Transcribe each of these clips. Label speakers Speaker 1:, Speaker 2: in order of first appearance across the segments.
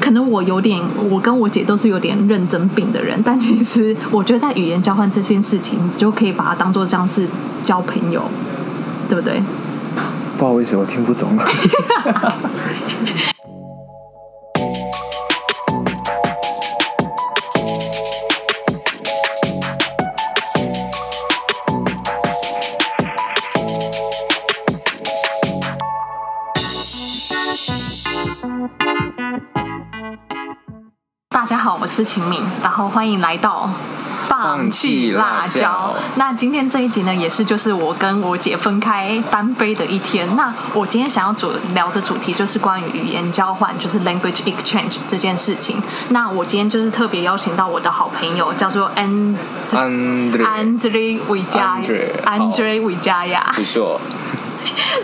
Speaker 1: 可能我有点，我跟我姐都是有点认真病的人，但其实我觉得在语言交换这件事情，你就可以把它当做像是交朋友，对不对？
Speaker 2: 不好意思，我听不懂。
Speaker 1: 大家好，我是秦敏，然后欢迎来到。
Speaker 2: 放弃辣椒
Speaker 1: 那今天这一集呢，也是就是我跟我姐分开单飞的一天。那我今天想要主聊的主题就是关于语言交换，就是 language exchange 这件事情。那我今天就是特别邀请到我的好朋友，叫做 And
Speaker 2: 安德
Speaker 1: Andre 维加
Speaker 2: Andre，好
Speaker 1: Andre 维加亚。
Speaker 2: 不错，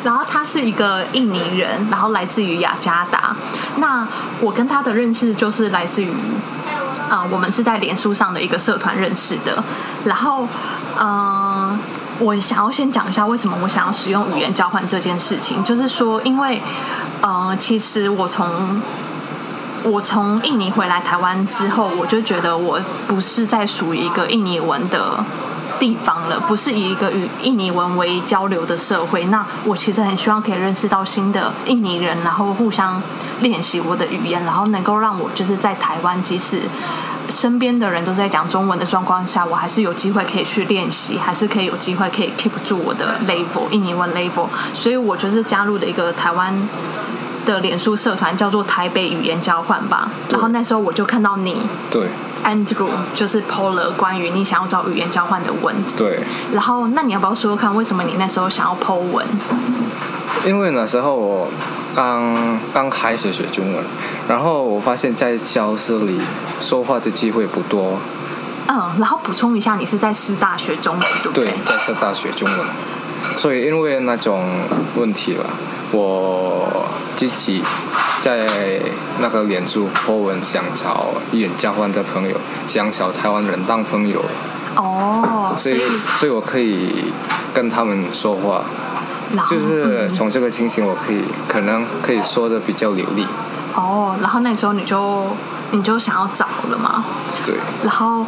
Speaker 1: 然后他是一个印尼人，然后来自于雅加达。那我跟他的认识就是来自于，啊、我们是在脸书上的一个社团认识的。然后，呃，我想要先讲一下为什么我想要使用语言交换这件事情，就是说，因为，呃，其实我从我从印尼回来台湾之后，我就觉得我不是在属于一个印尼文的地方了，不是以一个与印尼文为交流的社会。那我其实很希望可以认识到新的印尼人，然后互相练习我的语言，然后能够让我就是在台湾，即使身边的人都在讲中文的状况下，我还是有机会可以去练习，还是可以有机会可以 keep 住我的 level 印尼文 level。所以我就是加入了一个台湾的脸书社团叫做台北语言交换吧，然后那时候我就看到你
Speaker 2: 对
Speaker 1: Andrew 就是 PO 了关于你想要找语言交换的文，
Speaker 2: 对，
Speaker 1: 然后那你要不要说说看为什么你那时候想要 PO 文？
Speaker 2: 因为那时候我刚刚开始学中文，然后我发现在教室里说话的机会不多，
Speaker 1: 嗯，然后补充一下，你是在师大学中文对不
Speaker 2: 对，在是大学中文，所以因为那种问题吧，我自己在那个脸书 po 文想找语言交换的朋友，想找台湾人当朋友，
Speaker 1: 哦，
Speaker 2: 所
Speaker 1: 所
Speaker 2: 以
Speaker 1: 以
Speaker 2: 所以我可以跟他们说话，
Speaker 1: 然后
Speaker 2: 就是从这个情形，我可以可能可以说的比较流利，
Speaker 1: 哦，然后那时候你就你就想要找了嘛，
Speaker 2: 对，
Speaker 1: 然后。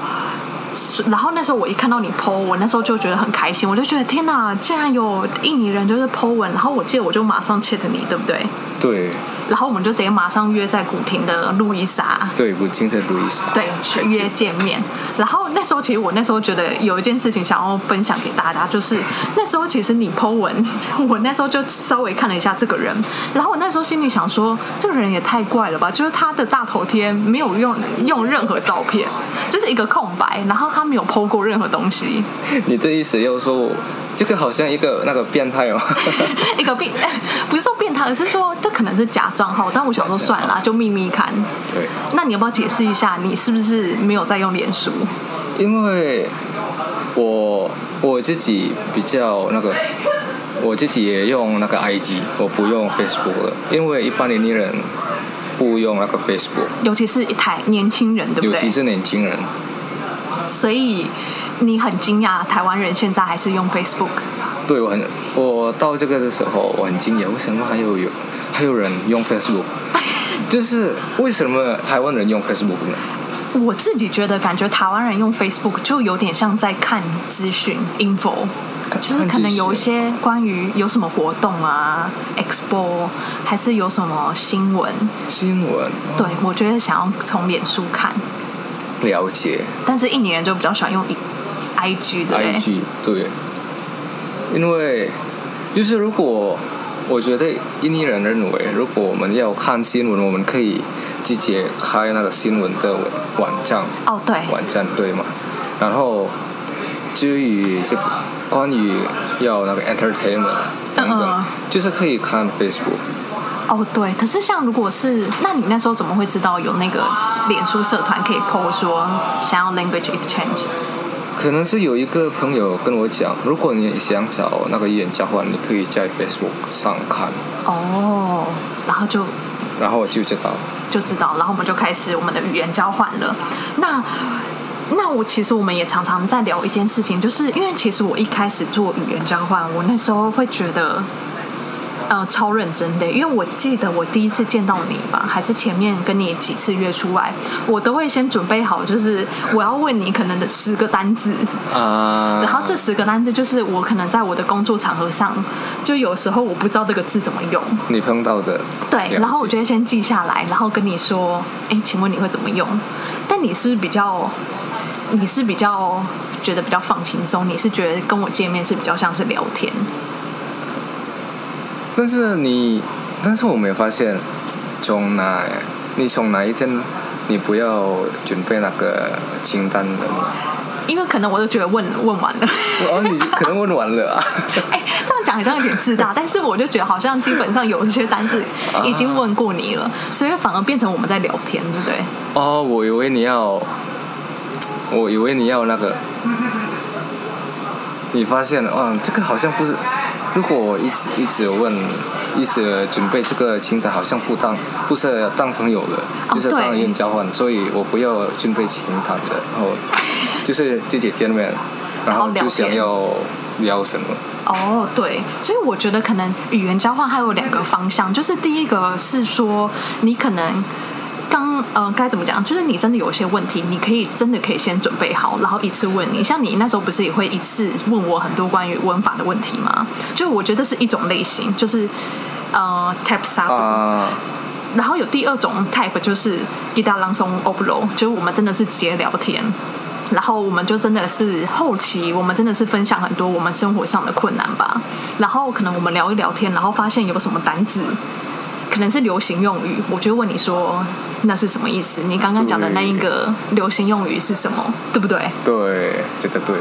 Speaker 1: 是然后那时候我一看到你 Po 文，那时候就觉得很开心，我就觉得天哪，竟然有印尼人就是 Po 文，然后我记得我就马上 chat 你，对不对？
Speaker 2: 对
Speaker 1: 然后我们就直接马上约在古亭的路易莎，
Speaker 2: 对，我听着路易莎，
Speaker 1: 对，去约见面。然后那时候其实我那时候觉得有一件事情想要分享给大家，就是那时候其实你 Po 文， 我那时候就稍微看了一下这个人，然后我那时候心里想说，这个人也太怪了吧，就是他的大头贴没有用用任何照片，就是一个空白，然后他没有 Po 过任何东西，
Speaker 2: 你的意思又说我这个好像一个那个变态哦，
Speaker 1: 一个变、哎不是说变态，而是说这可能是假账号，但我想说算了，就秘密看。
Speaker 2: 对。
Speaker 1: 那你要不要解释一下，你是不是没有在用脸书？
Speaker 2: 因为我我自己比较那个，我自己也用那个 IG，我不用 Facebook 了，因为一般的年人不用那个 Facebook，
Speaker 1: 尤其是一台年轻人，对
Speaker 2: 尤
Speaker 1: 不
Speaker 2: 其
Speaker 1: 对？
Speaker 2: 是年轻人。
Speaker 1: 所以你很惊讶，台湾人现在还是用 Facebook。
Speaker 2: 对我很，我到这个的时候我很惊讶，为什么还有有还有人 用 Facebook？就是为什么台湾人用 Facebook 呢？
Speaker 1: 我自己觉得，感觉台湾人用 Facebook 就有点像在看资讯 info，就是可能有一些关于有什么活动啊，expo，还是有什么新闻。
Speaker 2: 新闻
Speaker 1: 对，我觉得想要从脸书看，
Speaker 2: 了解
Speaker 1: 但是印尼人就比较喜欢用 I G 对不对
Speaker 2: IG 对，因为就是如果我觉得印尼人认为，如果我们要看新闻，我们可以直接开那个新闻的网站，
Speaker 1: 哦，对，
Speaker 2: 网站对吗？然后至于这个关于要那个 entertainment 等等，
Speaker 1: 嗯嗯
Speaker 2: 就是可以看 Facebook。
Speaker 1: 哦，对，可是像如果是，那你那时候怎么会知道有那个脸书社团可以 PO 说想要 language exchange？
Speaker 2: 可能是有一个朋友跟我讲，如果你想找那个语言交换，你可以在 Facebook 上看，
Speaker 1: 哦，然后就
Speaker 2: 然后我就知道。
Speaker 1: 就知道，然后我们就开始我们的语言交换了。那那我其实我们也常常在聊一件事情，就是因为其实我一开始做语言交换，我那时候会觉得呃超认真的，因为我记得我第一次见到你吧，还是前面跟你几次约出来，我都会先准备好，就是我要问你可能的十个单字，
Speaker 2: 啊、
Speaker 1: 然后这十个单字就是我可能在我的工作场合上，就有时候我不知道这个字怎么用，
Speaker 2: 你碰到的了
Speaker 1: 对，
Speaker 2: 解
Speaker 1: 然后我就会先记下来，然后跟你说，哎，请问你会怎么用？但你是比较，你是比较觉得比较放轻松，你是觉得跟我见面是比较像是聊天，
Speaker 2: 但是你，但是我没有发现，从哪，你从哪一天，你不要准备那个清单 的吗？
Speaker 1: 因为可能我都觉得问问完了，
Speaker 2: 哦，你可能问完了啊。
Speaker 1: 哎，这样讲好像有点自大，但是我就觉得好像基本上有一些单字已经问过你了，所以反而变成我们在聊天，对不对？
Speaker 2: 哦，我以为你要，我以为你要那个，你发现了，哦，这个好像不是。如果我一直一直问，一直准备这个清单，好像不当不是当朋友的，就是
Speaker 1: 哦对
Speaker 2: 当人交换，所以我不要准备清单的，然后就是自己见面，然
Speaker 1: 后
Speaker 2: 后
Speaker 1: 聊
Speaker 2: 就想
Speaker 1: 天
Speaker 2: 要聊什么，
Speaker 1: 哦，对，所以我觉得可能语言交换还有两个方向，就是第一个是说你可能。刚呃该怎么讲？就是你真的有一些问题，你可以真的可以先准备好，然后一次问你。像你那时候不是也会一次问我很多关于文法的问题吗？就我觉得是一种类型，就是呃 tap s up
Speaker 2: 啊、
Speaker 1: 然后有第二种 type 就是 g i t a r lang song o b r o 就是我们真的是直接聊天，然后我们就真的是后期，我们真的是分享很多我们生活上的困难吧。然后可能我们聊一聊天，然后发现有什么单字，可能是流行用语，我就问你说那是什么意思？你刚刚讲的那一个流行用语是什么？对不对？
Speaker 2: 对，这个对，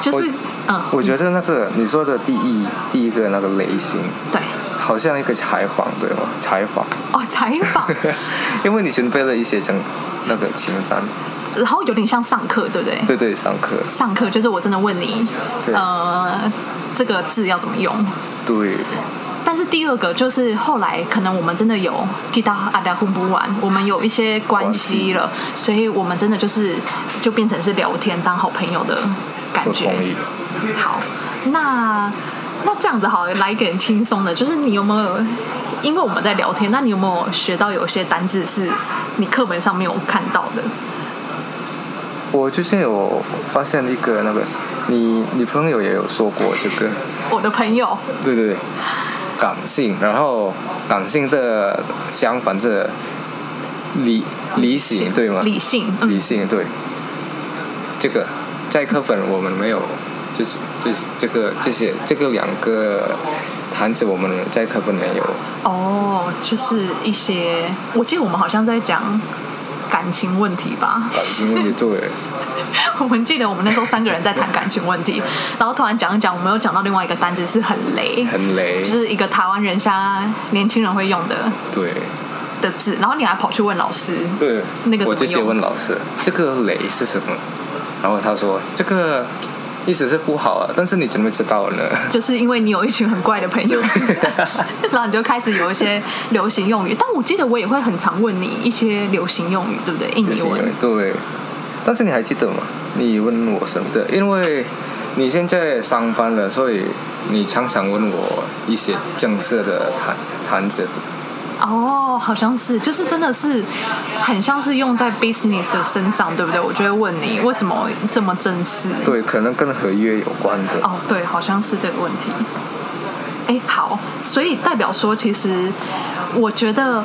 Speaker 1: 就是嗯，
Speaker 2: 我觉得那个你说的第一第一个那个类型，
Speaker 1: 对
Speaker 2: 好像一个采访对吗？采访。
Speaker 1: 哦，采 访，
Speaker 2: 因为你准备了一些成那个清单，
Speaker 1: 然后有点像上课，对不对？
Speaker 2: 对对，上课，
Speaker 1: 上课就是我真的问你，
Speaker 2: 对
Speaker 1: 呃，这个字要怎么用？
Speaker 2: 对，
Speaker 1: 但是第二个就是后来可能我们真的有 g i t a 阿达混不完，我们有一些关系了，所以我们真的就是就变成是聊天当好朋友的感
Speaker 2: 我
Speaker 1: 觉
Speaker 2: 同。意。
Speaker 1: 好，那那这样子好了，来一点轻松的，就是你有没有？因为我们在聊天，那你有没有学到有些单字是你课本上没有看到的？
Speaker 2: 我最近有发现一个那个，你你朋友也有说过这个，
Speaker 1: 我的朋友，
Speaker 2: 对对对，感性，然后感性的相反是理理性，对吗？
Speaker 1: 理性，嗯
Speaker 2: 理，性对，这个在课本我们没有，就是这这个这些这个两个谈子我们在课本没有，啊
Speaker 1: 哦，就是一些，我记得我们好像在讲感情问题吧。
Speaker 2: 感情问题对。
Speaker 1: 我们记得我们那时候三个人在谈感情问题，然后突然讲一讲，我们又讲到另外一个单字是很雷，
Speaker 2: 很雷
Speaker 1: 就，是一个台湾人现在年轻人会用的
Speaker 2: 对
Speaker 1: 的字，然后你还跑去问老师，
Speaker 2: 对，
Speaker 1: 那个怎么
Speaker 2: 我直接
Speaker 1: 用
Speaker 2: 问老师这个雷是什么，然后他说这个意思是不好啊，但是你怎么知道呢？
Speaker 1: 就是因为你有一群很怪的朋友， 然后你就开始有一些流行用语。但我记得我也会很常问你一些流行用语，对不对？印尼文，
Speaker 2: 对，但是你还记得吗？你问我什么的？因为你现在上班了，所以你常常问我一些正式的谈谈资的，
Speaker 1: 哦，好像是，就是真的是很像是用在 business 的身上，对不对？我就会问你为什么这么正式？
Speaker 2: 对，可能跟合约有关的。
Speaker 1: 嗯哦，对，好像是这个问题。哎，好，所以代表说，其实我觉得，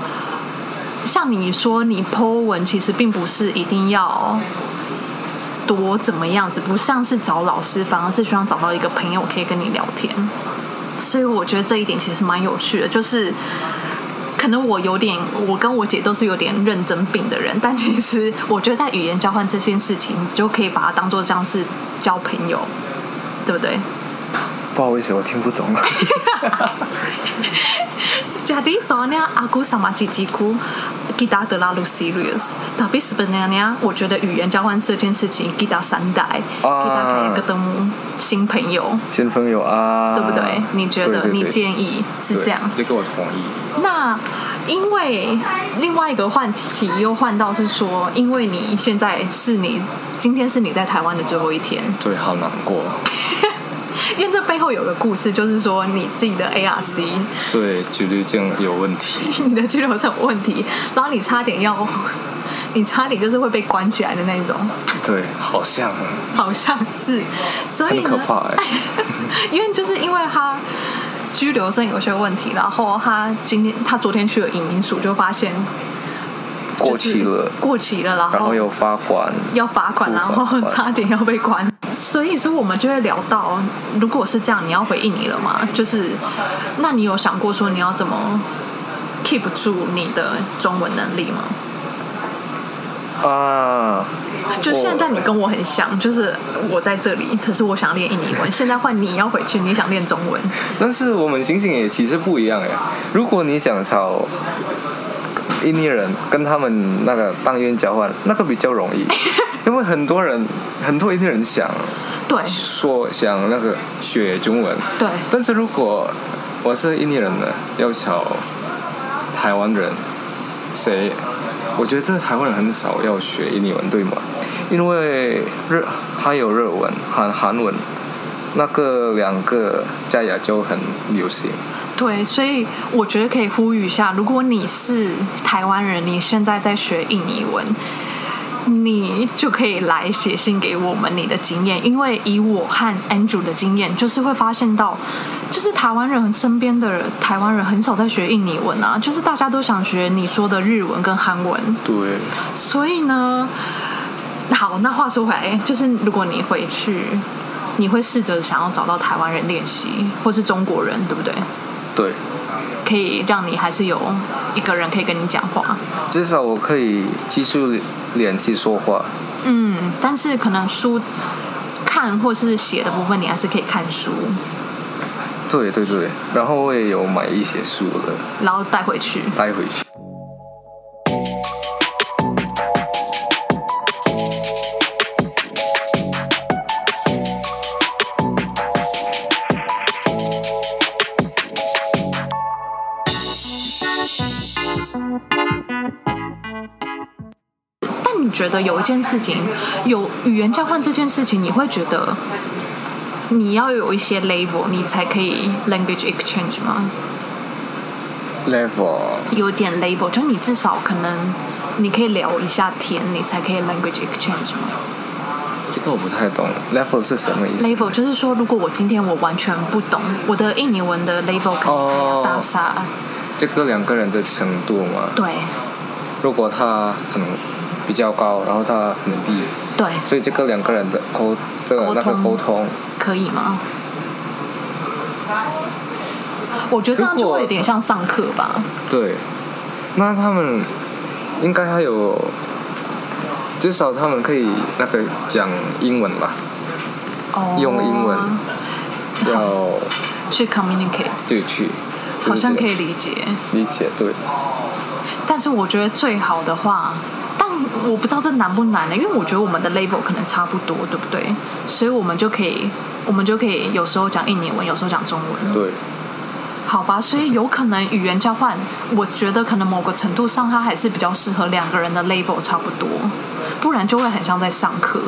Speaker 1: 像你说你 Po 文，其实并不是一定要多怎么样子，不像是找老师，反而是希望找到一个朋友可以跟你聊天。所以我觉得这一点其实蛮有趣的，就是。可能我有点，我跟我姐都是有点认真病的人，但其实我觉得在语言交换这件事情，你就可以把它当做像是交朋友，对不对？
Speaker 2: 不好意思，我听不懂。啊
Speaker 1: Jadi soalnya aku sama ciciku kita terlalu serius. Tapi sebenarnya 我觉得语言交换这件事情 kita santai, kita
Speaker 2: Ah.
Speaker 1: kayak ketemu 新朋友，
Speaker 2: 新朋友啊，
Speaker 1: 对不对？你觉得
Speaker 2: Ah. 对对对
Speaker 1: 你建议是这样？
Speaker 2: 对这个我同意。
Speaker 1: 那因为另外一个换题又换到是说，因为你现在是你今天是你在台湾的最后一天，
Speaker 2: 对，好难过。
Speaker 1: 因为这背后有个故事，就是说你自己的 ARC，
Speaker 2: 对，居留证有问题。
Speaker 1: 你的居留证有问题，然后你差点要， 你差点就是会被关起来的那种，
Speaker 2: 对，好像
Speaker 1: 好像是，所以
Speaker 2: 很
Speaker 1: 呢，
Speaker 2: 可怕 哎、
Speaker 1: 因为就是因为他拘留证有些问题，然后他今天他昨天去了移民署，就发现就是哦
Speaker 3: 过期了，
Speaker 1: 过期了，然
Speaker 3: 然
Speaker 1: 后
Speaker 3: 后又罚款，
Speaker 1: 要罚款，
Speaker 3: 付
Speaker 1: 然
Speaker 3: 款
Speaker 1: 后
Speaker 3: 款
Speaker 1: 差点要被关。所以说，我们就会聊到，如果是这样，你要回印尼了吗？就是，那你有想过说你要怎么 keep 住你的中文能力吗？
Speaker 3: 啊，
Speaker 1: 就现在你跟我很像，就是我在这里，可是我想练印尼文。现在换你要回去，你想练中文，
Speaker 2: 但是我们情形也其实不一样哎。
Speaker 3: 如果你想找印尼人跟他们那个当冤交换，那个比较容易，因为很多人很多印尼人想
Speaker 1: 对
Speaker 2: 说想那个学中文，
Speaker 1: 对，
Speaker 2: 但是如果我是印尼人呢，要找台湾人，谁？我觉得台湾人很少要学印尼文，对吗？
Speaker 3: 因为日还有日文和韩文，那个两个在亚洲很流行。
Speaker 1: 对，所以我觉得可以呼吁一下，如果你是台湾人，你现在在学印尼文，你就可以来写信给我们你的经验，因为以我和 Andrew 的经验，就是会发现到，就是台湾人身边的人台湾人很少在学印尼文啊，就是大家都想学你说的日文跟韩文，
Speaker 2: 对，
Speaker 1: 所以呢，好，那话说回来，就是如果你回去。你会试着想要找到台湾人练习，或是中国人，对不对？
Speaker 3: 对，
Speaker 1: 可以让你还是有一个人可以跟你讲话。
Speaker 3: 至少我可以继续联系说话。
Speaker 1: 嗯，但是可能书看或是写的部分，你还是可以看书，
Speaker 3: 对对对，然后我也有买一些书了，
Speaker 1: 然后带回去。
Speaker 3: 带回去。
Speaker 1: 但你觉得有一件事情，有语言交换这件事情，你会觉得你要有一些 label，你才可以 language exchange 吗？
Speaker 2: level
Speaker 1: 有点 label，就你至少可能你可以聊一下天，你才可以 language exchange 吗？
Speaker 2: 这个我不太懂，level 是什么意思？
Speaker 1: level 就是说，如果我今天我完全不懂我的印尼文的 level，可
Speaker 2: 哦
Speaker 1: 能还要大
Speaker 3: 哦
Speaker 1: 傻。
Speaker 2: 这个两个人的程度嘛，
Speaker 1: 对
Speaker 2: 如果他很比较高，然后他很低，
Speaker 1: 对，
Speaker 2: 所以这个两个人的沟
Speaker 1: 沟
Speaker 2: 的
Speaker 1: 通
Speaker 2: 那个沟通，
Speaker 1: 可以吗？我觉得这样
Speaker 2: 如
Speaker 1: 就
Speaker 2: 果
Speaker 1: 会有点像上课吧。
Speaker 2: 对，那他们应该还有，至少他们可以那个讲英文吧，
Speaker 1: 哦
Speaker 2: 用英文要
Speaker 1: 去 communicate，
Speaker 2: 就去，
Speaker 1: 好像可
Speaker 2: 理
Speaker 1: 以理解。
Speaker 2: 解理解对，
Speaker 1: 但是我觉得最好的话，但我不知道这难不难呢、欸因为我觉得我们的 level 可能差不多，对不对？所以我们就可以，我们就可以有时候讲印尼文，有时候讲中文。
Speaker 2: 对，
Speaker 1: 好吧，所以有可能语言交换，我觉得可能某个程度上，它还是比较适合两个人的 level 差不多，不然就会很像在上课，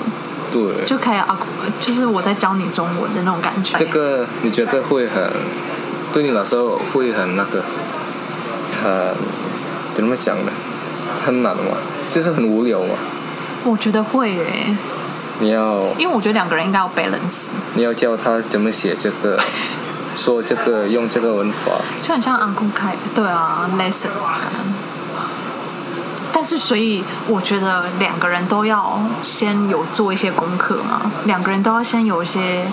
Speaker 2: 对，
Speaker 1: 就开始啊，就是我在教你中文的那种感觉。
Speaker 2: 这个你觉得会很，对你来说会很那个，很怎么讲呢？很难嘛，就是很无聊嘛。
Speaker 1: 我觉得会诶，
Speaker 2: 你要
Speaker 1: 因为我觉得两个人应该要 balance，
Speaker 2: 你要教他怎么写这个，说这个用这个文法，
Speaker 1: 就很像 Uncle Kai，对啊，lessons 可能。但是，所以我觉得两个人都要先有做一些功课嘛，两个人都要先有一些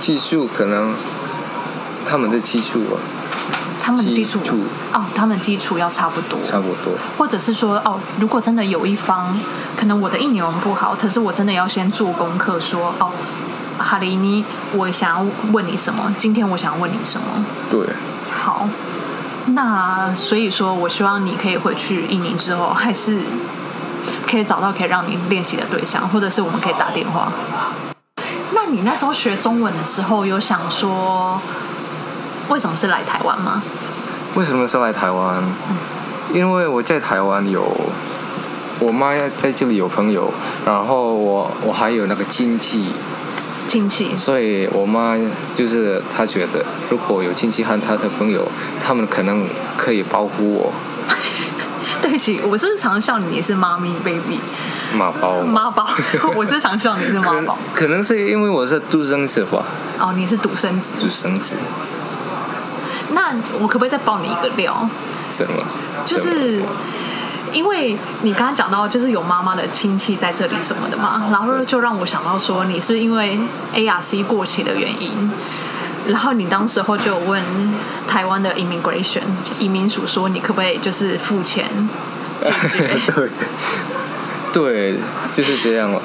Speaker 2: 技术可能他们的技术啊吧
Speaker 1: 他们的基础
Speaker 2: 基础
Speaker 1: 哦，他们基础要差不多，
Speaker 2: 差不多，
Speaker 1: 或者是说，哦，如果真的有一方可能我的印尼文不好，可是我真的要先做功课说，哦，哈林尼，我想要问你什么？今天我想问你什么？
Speaker 2: 对，
Speaker 1: 好，那所以说我希望你可以回去印尼之后，还是可以找到可以让你练习的对象，或者是我们可以打电话。那你那时候学中文的时候，有想说为什么是来台湾吗？
Speaker 2: 为什么是来台湾？因为我在台湾有，我妈在这里有朋友，然后我我还有那个亲戚，
Speaker 1: 亲戚，
Speaker 2: 所以我妈就是她觉得，如果有亲戚和她的朋友，他们可能可以保护我，
Speaker 1: 对不起，我是不是常笑你也是妈咪 baby
Speaker 2: 妈宝。
Speaker 1: 妈宝？ 我是常笑你是妈
Speaker 2: 可能
Speaker 1: 宝
Speaker 2: 可能是因为我是独生子吧，
Speaker 1: 哦，你是独生子。
Speaker 2: 独生子
Speaker 1: 那我可不可以再爆你一个料？
Speaker 2: 什么？
Speaker 1: 就
Speaker 2: 什么
Speaker 1: 是因为你刚刚讲到，就是有妈妈的亲戚在这里什么的嘛，然后就让我想到说，你是因为 ARC 过期的原因，然后你当时候就有问台湾的 immigration 移民署说，你可不可以就是付钱解决？
Speaker 2: 对， 对，就是这样了。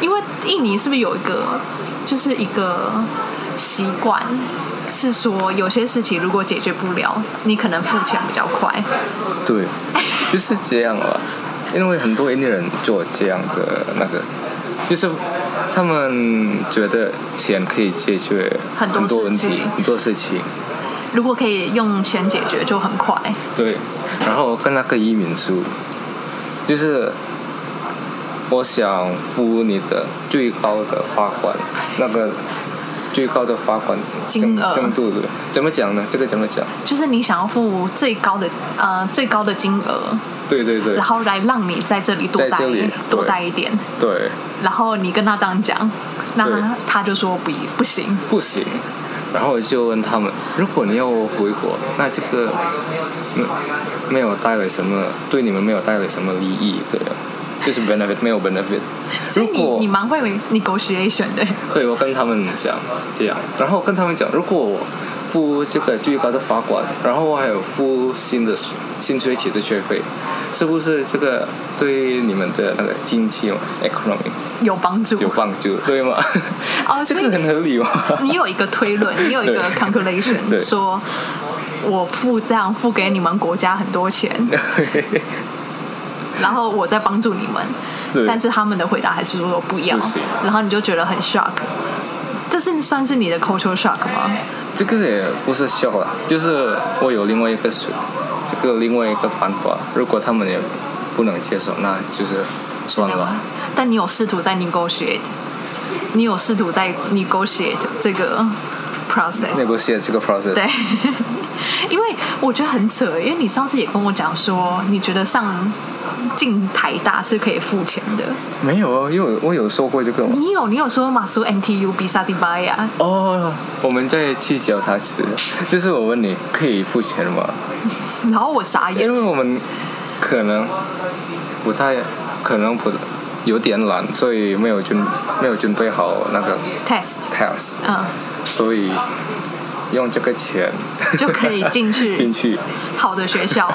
Speaker 1: 因为印尼是不是有一个，就是一个习惯，是说有些事情如果解决不了，你可能付钱比较快。
Speaker 2: 对，就是这样了。因为很多印尼人做这样的那个，就是他们觉得钱可以解决
Speaker 1: 很多
Speaker 2: 很多问
Speaker 1: 事
Speaker 2: 题
Speaker 1: 情、
Speaker 2: 很多事情。
Speaker 1: 如果可以用钱解决，就很快。
Speaker 2: 对，然后跟那个移民书，就是我想付你的最高的罚款，那个最高的罚款
Speaker 1: 金
Speaker 2: 正
Speaker 1: 额
Speaker 2: 正度的，怎么讲呢？这个怎么讲？
Speaker 1: 就是你想要付最高的呃最高的金额，
Speaker 2: 对对对
Speaker 1: 然后来让你在这里多
Speaker 2: 在
Speaker 1: 待
Speaker 2: 这里
Speaker 1: 多
Speaker 2: 对
Speaker 1: 待一点，
Speaker 2: 对，
Speaker 1: 然后你跟他这样讲，
Speaker 2: 对
Speaker 1: 那他就说不不行，
Speaker 2: 不行。然后我就问他们，如果你要我回国，那这个嗯没有带来什么，对你们没有带来什么利益，对啊，就是 benefit 没有 benefit。
Speaker 1: 所
Speaker 2: 如
Speaker 1: 以你
Speaker 2: 果
Speaker 1: 你蛮会 negotiation 的，
Speaker 2: 对，我跟他们讲这样，然后跟他们讲，如果我付这个最高的罚款，然后我还有付新的薪水体的学费，是不是这个对你们的那个经济 economy
Speaker 1: 有帮助
Speaker 2: 有帮助，对吗？
Speaker 1: 哦，
Speaker 2: 这
Speaker 1: 所
Speaker 2: 个
Speaker 1: 以
Speaker 2: 很合理吗？
Speaker 1: 你有一个推 论，你有一个 calculation
Speaker 2: 对
Speaker 1: 说。我付这样付给你们国家很多 钱，然后我再帮助你们，
Speaker 2: 对
Speaker 1: 但是他们的回答还是说不要
Speaker 2: 不行，
Speaker 1: 然后你就觉得很 shock，这是算是你的 culture shock 吗？
Speaker 2: 这个也不是笑啦，就是我有另外一个是这个另外一个办法，如果他们也不能接受，那就是算
Speaker 1: 对
Speaker 2: 了
Speaker 1: 吧。？但你有试图在 negotiate，你有试图在 negotiate 这个 process，
Speaker 2: 那个写这个 process，
Speaker 1: 对， 因为我觉得很扯，因为你上次也跟我讲说，你觉得上进台大是可以付钱的，
Speaker 2: 没有啊，因为我有说过这个嘛。
Speaker 1: 你有你有说马苏 NTU 比萨迪巴呀，
Speaker 2: 哦，我们在去脚踏车，就是我问你可以付钱吗？
Speaker 1: 然后我傻眼，
Speaker 2: 因为我们可能不太，可能不有点懒，所以没有准没有准备好那个
Speaker 1: test，
Speaker 2: test，
Speaker 1: 嗯，
Speaker 2: 所以用这个钱
Speaker 1: 就可以进去
Speaker 2: 进去。
Speaker 1: 好的学校。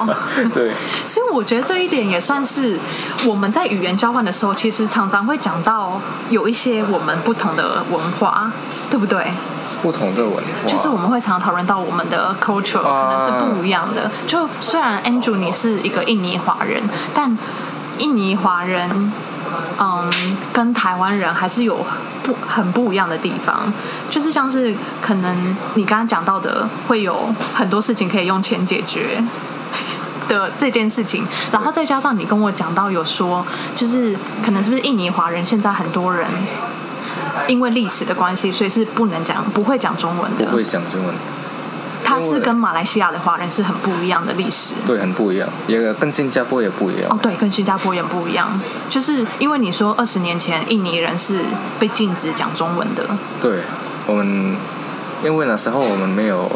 Speaker 2: 对，
Speaker 1: 所以我觉得这一点也算是我们在语言交换的时候，其实常常会讲到有一些我们不同的文化，对不对？
Speaker 2: 不同的文化，
Speaker 1: 就是我们会常常讨论到我们的 culture 可
Speaker 2: 啊
Speaker 1: 能是不一样的。就虽然 Andrew 你是一个印尼华人，但印尼华人，嗯，跟台湾人还是有不很不一样的地方。就是像是可能你刚刚讲到的，会有很多事情可以用钱解决。的这件事情，然后再加上你跟我讲到有说，就是可能是不是印尼华人现在很多人因为历史的关系，所以是不能讲不会讲中文的，
Speaker 2: 不会讲中文，
Speaker 1: 它是跟马来西亚的华人是很不一样的历史。
Speaker 2: 对，很不一样，也跟新加坡也不一样。
Speaker 1: 哦，对，跟新加坡也不一样，就是因为你说二十年前印尼人是被禁止讲中文的，
Speaker 2: 对，我们因为那时候我们没有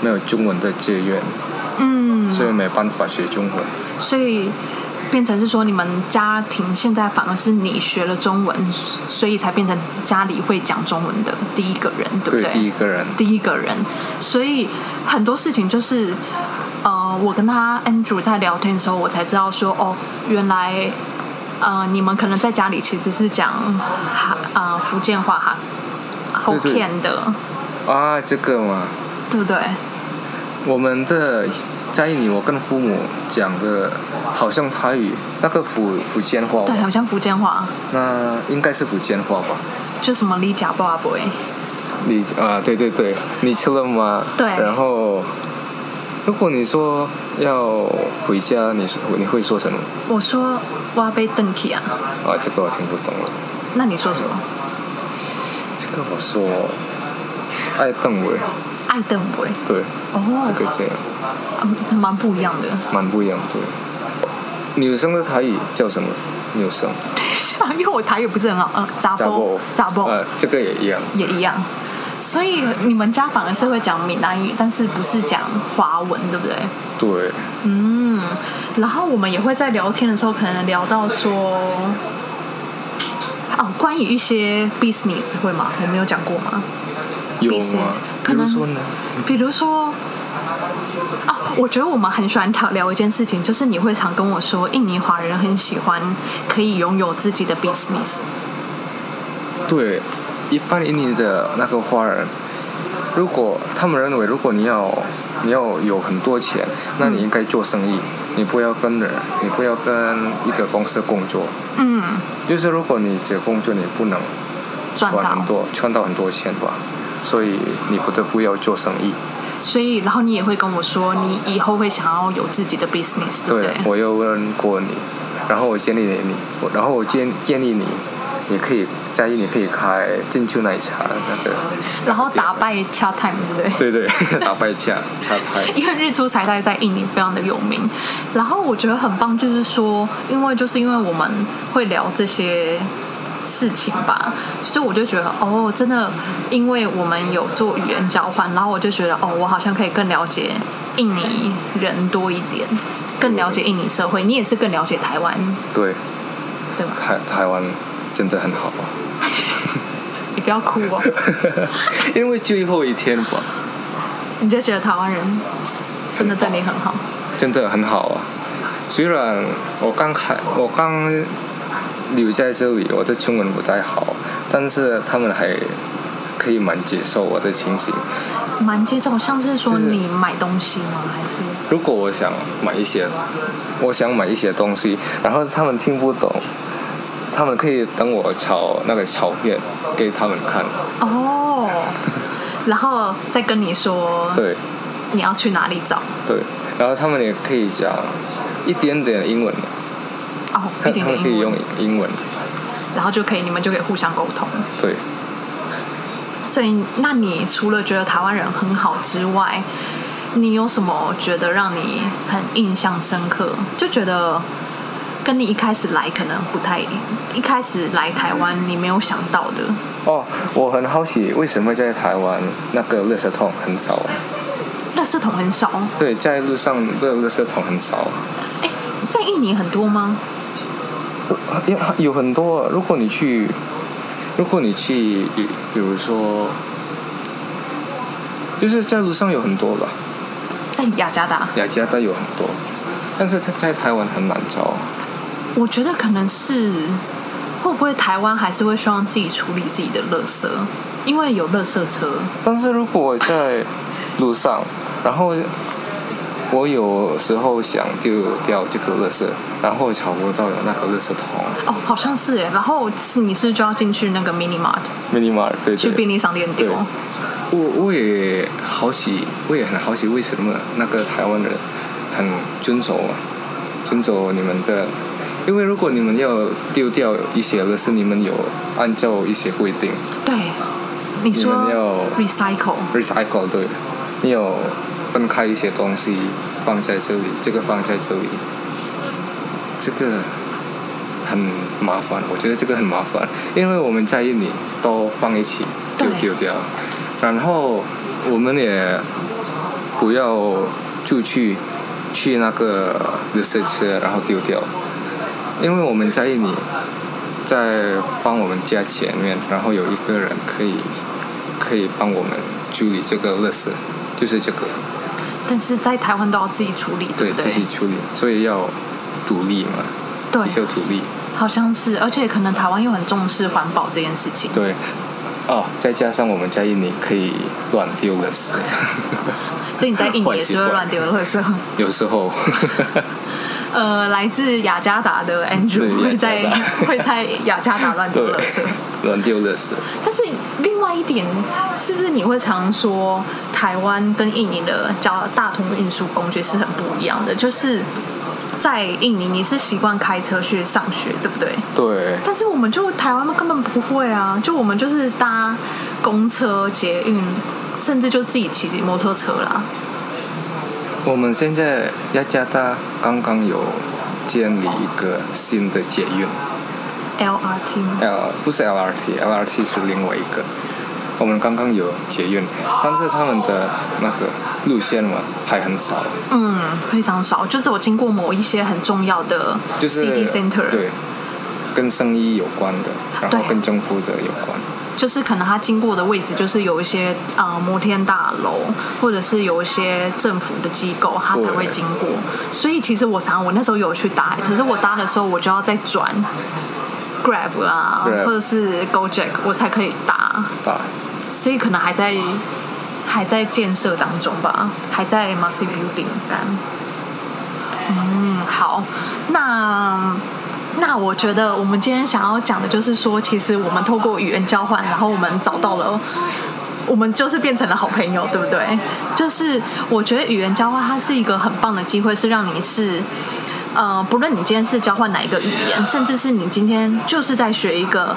Speaker 2: 没有中文的志愿，
Speaker 1: 嗯，
Speaker 2: 所以没办法学中文。
Speaker 1: 所以变成是说你们家庭现在反而是你学了中文，所以才变成家里会讲中文的第一个人，对不
Speaker 2: 对，第一个人，
Speaker 1: 第一个人，所以很多事情就是，呃，我跟他 Andrew 在聊天的时候，我才知道说，哦，原来，呃，你们可能在家里其实是讲哈呃福建话哈，后
Speaker 2: 就是
Speaker 1: 片的，
Speaker 2: 啊，这个嘛，
Speaker 1: 对不对？
Speaker 2: 我们的在印尼，我跟父母讲的好像台语，那个福福建话
Speaker 1: 对，
Speaker 2: 吧，
Speaker 1: 好像福建话，
Speaker 2: 那应该是福建话吧？
Speaker 1: 就什么李甲不阿伯
Speaker 2: 你啊，对对对，你吃了吗？
Speaker 1: 对
Speaker 2: 然后，如果你说要回家，你说你会说什么？
Speaker 1: 我说哇被邓 k 啊，
Speaker 2: 啊，这个我听不懂了。
Speaker 1: 那你说什么？
Speaker 4: 跟我说爱邓伟，
Speaker 1: 爱邓伟
Speaker 4: 对，
Speaker 1: 哦
Speaker 4: 这，个这样
Speaker 1: 嗯蛮不一样的。
Speaker 4: 蛮不一样，对。女生的台语叫什么？女生
Speaker 1: 等一下，因为我台语不是很好，呃，杂
Speaker 4: 杂
Speaker 1: 波
Speaker 4: 波，
Speaker 1: 杂波
Speaker 4: 呃，这个也一样，
Speaker 1: 也一样。所以你们家反而是会讲闽南语，但是不是讲华文，对不对？
Speaker 4: 对，
Speaker 1: 然后我们也会在聊天的时候，可能聊到说，哦，关于一些 business 会吗？我没有讲过吗？
Speaker 2: 啊
Speaker 4: 有
Speaker 1: Business，
Speaker 4: 吗？
Speaker 1: 可能
Speaker 4: 比如说呢？
Speaker 1: 比如说，啊，我觉得我们很喜欢讨聊一件事情，就是你会常跟我说，印尼华人很喜欢可以拥有自己的 business。
Speaker 4: 对，
Speaker 2: 一般印尼的那个华人，如果他们认为，如果你要你要有很多钱，那你应该做生意，你不要跟人，你不要跟一个公司工作。
Speaker 1: 嗯，
Speaker 2: 就是如果你只工作，你不能
Speaker 1: 赚
Speaker 2: 赚
Speaker 1: 到
Speaker 2: 很，多，赚到很多钱吧。所以你不得不要做生意。
Speaker 1: 所以然后你也会跟我说，你以后会想要有自己的 business，对不对？
Speaker 2: 我又问过你，然后我建议你，我然后我建建议你，你可以在意，你可以开珍珠奶茶那 个，
Speaker 1: 然后打败 c h a Time，对不对？
Speaker 2: 对对，打败架茶台。
Speaker 1: 因为日出彩带在印尼非常的有名，然后我觉得很棒，就是说，因为就是因为我们会聊这些事情吧，所以我就觉得哦，真的，因为我们有做语言交换，然后我就觉得哦，我好像可以更了解印尼人多一点，更了解印尼社会，你也是更了解台湾，
Speaker 2: 对，
Speaker 1: 对 吧？
Speaker 2: 台台湾真的很好啊，
Speaker 1: 你不要哭哦，
Speaker 2: 因为最后一天吧，
Speaker 1: 你就觉得台湾人真的对你很好，
Speaker 2: 真的很好啊。虽然我刚开，我刚留在这里，我的中文不太好，但是他们还可以蛮接受我的情形。
Speaker 1: 蛮接受。像是说
Speaker 2: 就是
Speaker 1: 你买东西吗？还是
Speaker 2: 如果我想买一些，我想买一些东西，然后他们听不懂，他们可以等我炒那个钞片给他们看。
Speaker 1: 哦，然后再跟你说
Speaker 2: 对
Speaker 1: 你要去哪里找
Speaker 2: 对，然后他们也可以讲一点点英文，
Speaker 1: 哦，
Speaker 2: 他
Speaker 1: 一
Speaker 2: 他
Speaker 1: 点点
Speaker 2: 们可以
Speaker 1: 英
Speaker 2: 用
Speaker 1: 文，
Speaker 2: 英文。
Speaker 1: 然后就可以你们就可以互相沟通。
Speaker 2: 对，
Speaker 1: 所以，那你除了觉得台湾人很好之外，你有什么觉得让你很印象深刻？就觉得跟你一开始来可能不太，一开始来台湾你没有想到的
Speaker 2: 哦，我很好奇为什么在台湾那个垃圾桶很少啊？
Speaker 1: 垃圾桶很少，
Speaker 2: 对，在路上的垃圾桶很少，
Speaker 1: 哎，在印尼很多吗？
Speaker 2: 有啊有很多。如果你去，如果你去，比比如说，就是在路上有很多了。
Speaker 1: 在雅加达，
Speaker 2: 雅加达有很多，但是在在台湾很难找。
Speaker 1: 我觉得可能是会不会台湾还是会希望自己处理自己的垃圾，因为有垃圾车。
Speaker 2: 但是如果在路上，然后我有时候想丢掉这个垃圾，然后找不到有那个垃圾桶。
Speaker 1: 哦，好像是耶。然后是你是就要进去那个 mini mart
Speaker 2: mini mart 对
Speaker 1: 去
Speaker 2: 对，
Speaker 1: 便利商店丢
Speaker 2: 对。我我也好奇，我也很好奇为什么那个台湾人很遵守啊遵守你们的。因为如果你们要丢掉一些垃圾，你们有按照一些规定，
Speaker 1: 对，你说
Speaker 2: 你们要
Speaker 1: recycle，
Speaker 2: recycle 对，你有分开一些东西放在这里，这个放在这里，这个很麻烦，我觉得这个很麻烦，因为我们在印尼都放一起就
Speaker 1: 对
Speaker 2: 丢掉，然后我们也不要出去去那个垃圾车然后丢掉，因为我们在印尼。在放我们家前面，然后有一个人可以可以帮我们处理这个垃圾，就是这个
Speaker 1: 但是在台湾都要自己处理，
Speaker 2: 对
Speaker 1: 不
Speaker 2: 自己处理，所以要独立嘛，
Speaker 1: 对
Speaker 2: 比，较独立。
Speaker 1: 好像是，而且可能台湾又很重视环保这件事情。
Speaker 2: 对，哦，再加上我们在印尼可以乱丢垃圾，
Speaker 1: 所以你在印尼也是会乱丢垃圾。
Speaker 2: 有时候
Speaker 1: 呃，来自雅加达的 Andrew
Speaker 2: 对
Speaker 1: 会在
Speaker 2: 雅加达
Speaker 1: 会在雅加达乱丢
Speaker 2: 对
Speaker 1: 垃圾。
Speaker 2: 乱丢垃圾。
Speaker 1: 但是另外一点，是不是你会常说台湾跟印尼的交大通运输工具是很不一样的？就是在印尼你是习惯开车去上学，对不对？
Speaker 2: 对，
Speaker 1: 但是我们就台湾根本不会啊，就我们就是搭公车、捷运，甚至就自己骑摩托车啦。
Speaker 2: 我们现在雅加达刚刚有建立一个新的捷运，
Speaker 1: LRT 吗？
Speaker 2: 呃，不是 LRT，LRT 是另外一个。我们刚刚有捷运，但是他们的那个路线嘛还很少，
Speaker 1: 嗯，非常少，就只有经过某一些很重要的
Speaker 2: 就是
Speaker 1: city center，
Speaker 2: 对，跟生意有关的，然后
Speaker 1: 对
Speaker 2: 跟政府的有关。
Speaker 1: 就是可能它经过的位置就是有一些呃摩天大楼，或者是有一些政府的机构，它才会经过。所以其实我常我那时候有去搭，可是我搭的时候我就要再转 Grab 啊
Speaker 2: Grab
Speaker 1: 或者是 GoJack，我才可以搭。
Speaker 2: 吧，
Speaker 1: 所以可能还在还在建设当中吧，还在 massive building 干。嗯，好，那那我觉得我们今天想要讲的就是说，其实我们透过语言交换，然后我们找到了。我们就是变成了好朋友，对不对？就是我觉得语言交换它是一个很棒的机会，是让你是呃，不论你今天是交换哪一个语言，甚至是你今天就是在学一个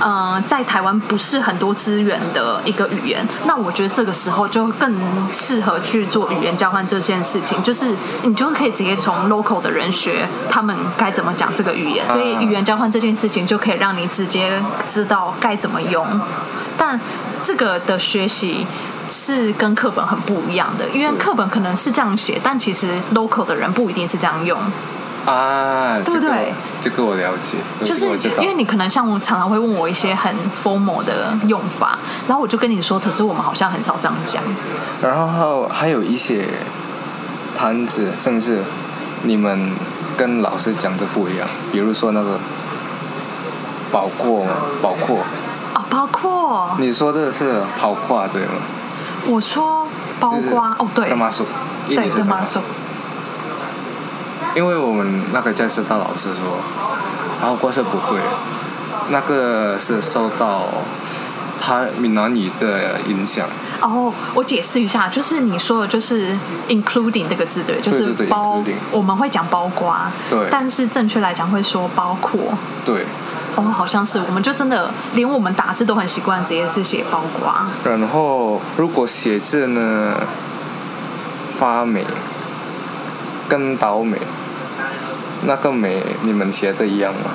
Speaker 1: 呃，在台湾不是很多资源的一个语言，那我觉得这个时候就更适合去做语言交换这件事情，就是你就是可以直接从 local 的人学他们该怎么讲这个语言，所以语言交换这件事情就可以让你直接知道该怎么用，但这个的学习。是跟课本很不一样的，因为课本可能是这样写，但其实 local 的人不一定是这样用。
Speaker 2: 啊，
Speaker 1: 对不
Speaker 2: 这个
Speaker 1: 对
Speaker 2: 我这个我了解，
Speaker 1: 就是
Speaker 2: 这个我知道
Speaker 1: 因为你可能像我常常会问我一些很 formal 的用法，然后我就跟你说，可是我们好像很少这样讲。
Speaker 2: 然后还有还有一些摊子，甚至你们跟老师讲的不一样，比如说那个包括包括，
Speaker 1: 啊，包括
Speaker 2: 你说的是跑跨对吗？
Speaker 1: 我说包
Speaker 2: 就是
Speaker 1: 括哦，对
Speaker 2: 干嘛说？一
Speaker 1: 对
Speaker 2: 定是
Speaker 1: 跟妈
Speaker 2: 干嘛
Speaker 1: 说，
Speaker 2: 因为我们那个教师大老师说，包括是不对，那个是受到他闽南语的影响，
Speaker 1: 哦，我解释一下，就是你说的就是 including 这个字对，就
Speaker 2: 对
Speaker 1: 是
Speaker 2: 对对
Speaker 1: 包
Speaker 2: including
Speaker 1: 我们会讲包括，
Speaker 2: 对
Speaker 1: 但是正确来讲会说包括。
Speaker 2: 对。
Speaker 1: 哦，好像是，我们就真的连我们打字都很习惯，直接是写包括。啊
Speaker 2: 然后如果写字呢，发霉跟倒霉，那个霉你们写的一样吗？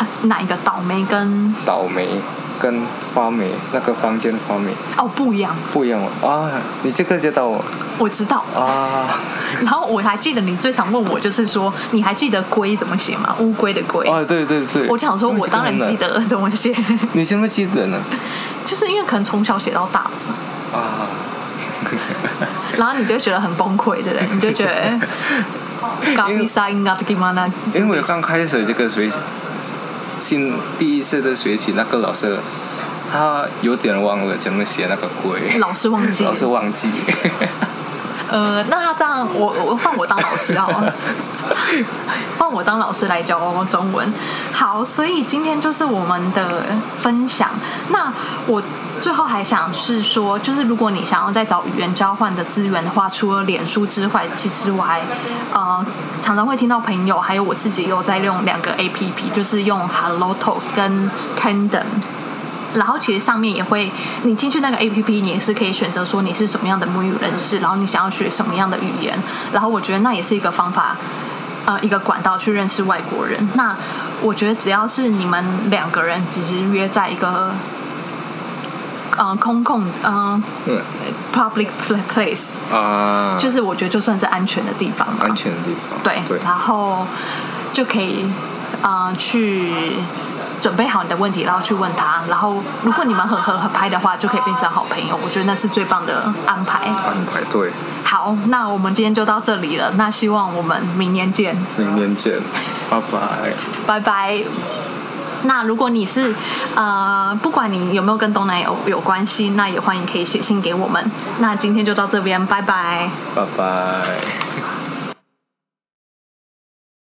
Speaker 1: 啊哪一个倒霉跟
Speaker 2: 倒霉跟发霉那个房间发霉
Speaker 1: 哦不一样？
Speaker 2: 不一样吗？啊，你这个知道哦
Speaker 1: 我知道，
Speaker 2: 啊？
Speaker 1: 然后我还记得你最常问我，就是说你还记得龟怎么写吗？乌龟的龟。
Speaker 2: 啊，对对对，
Speaker 1: 哎我就想说，我当然记
Speaker 2: 得，
Speaker 1: 得怎么写，
Speaker 2: 你怎么记得呢？
Speaker 1: 就是因为可能从小写到大，
Speaker 2: 啊，
Speaker 1: 然后你就会觉得很崩溃， 对不对？你就觉得嘎比萨应该给嘛那，
Speaker 2: 因为我刚开始这个学期新第一次的学期，那个老师他有点忘了怎么写那个鬼，
Speaker 1: 老师忘记了
Speaker 2: 老是忘记。
Speaker 1: 呃，那他这样，我我换我当老师好了，换我当老师来教中文。好，所以今天就是我们的分享。那我最后还想是说，就是如果你想要再找语言交换的资源的话，除了脸书之外，其实我还呃常常会听到朋友还有我自己有在用两个 A P P，就是用 Hello Talk 跟 Tandem。然后其实上面也会，你进去那个 A P P，你也是可以选择说你是什么样的母语人士，然后你想要学什么样的语言。然后我觉得那也是一个方法，呃，一个管道去认识外国人。那我觉得只要是你们两个人只是约在一个，呃，空空，嗯、
Speaker 2: 嗯
Speaker 1: p u b l i c place，
Speaker 2: 啊，
Speaker 1: 就是我觉得就算是安全的地方吧
Speaker 2: 安。全的地方。
Speaker 1: 对，
Speaker 2: 对，
Speaker 1: 然后就可以呃去准备好你的问题，然后去问他。然后如果你们很合合拍的话，就可以变成好朋友。我觉得那是最棒的安排。
Speaker 2: 安排对，
Speaker 1: 好，那我们今天就到这里了。那希望我们明年见，
Speaker 2: 明年见，拜拜。
Speaker 1: 拜拜。那如果你是呃，不管你有没有跟东南亚有有关系，那也欢迎可以写信给我们。那今天就到这边，拜拜。
Speaker 2: 拜拜。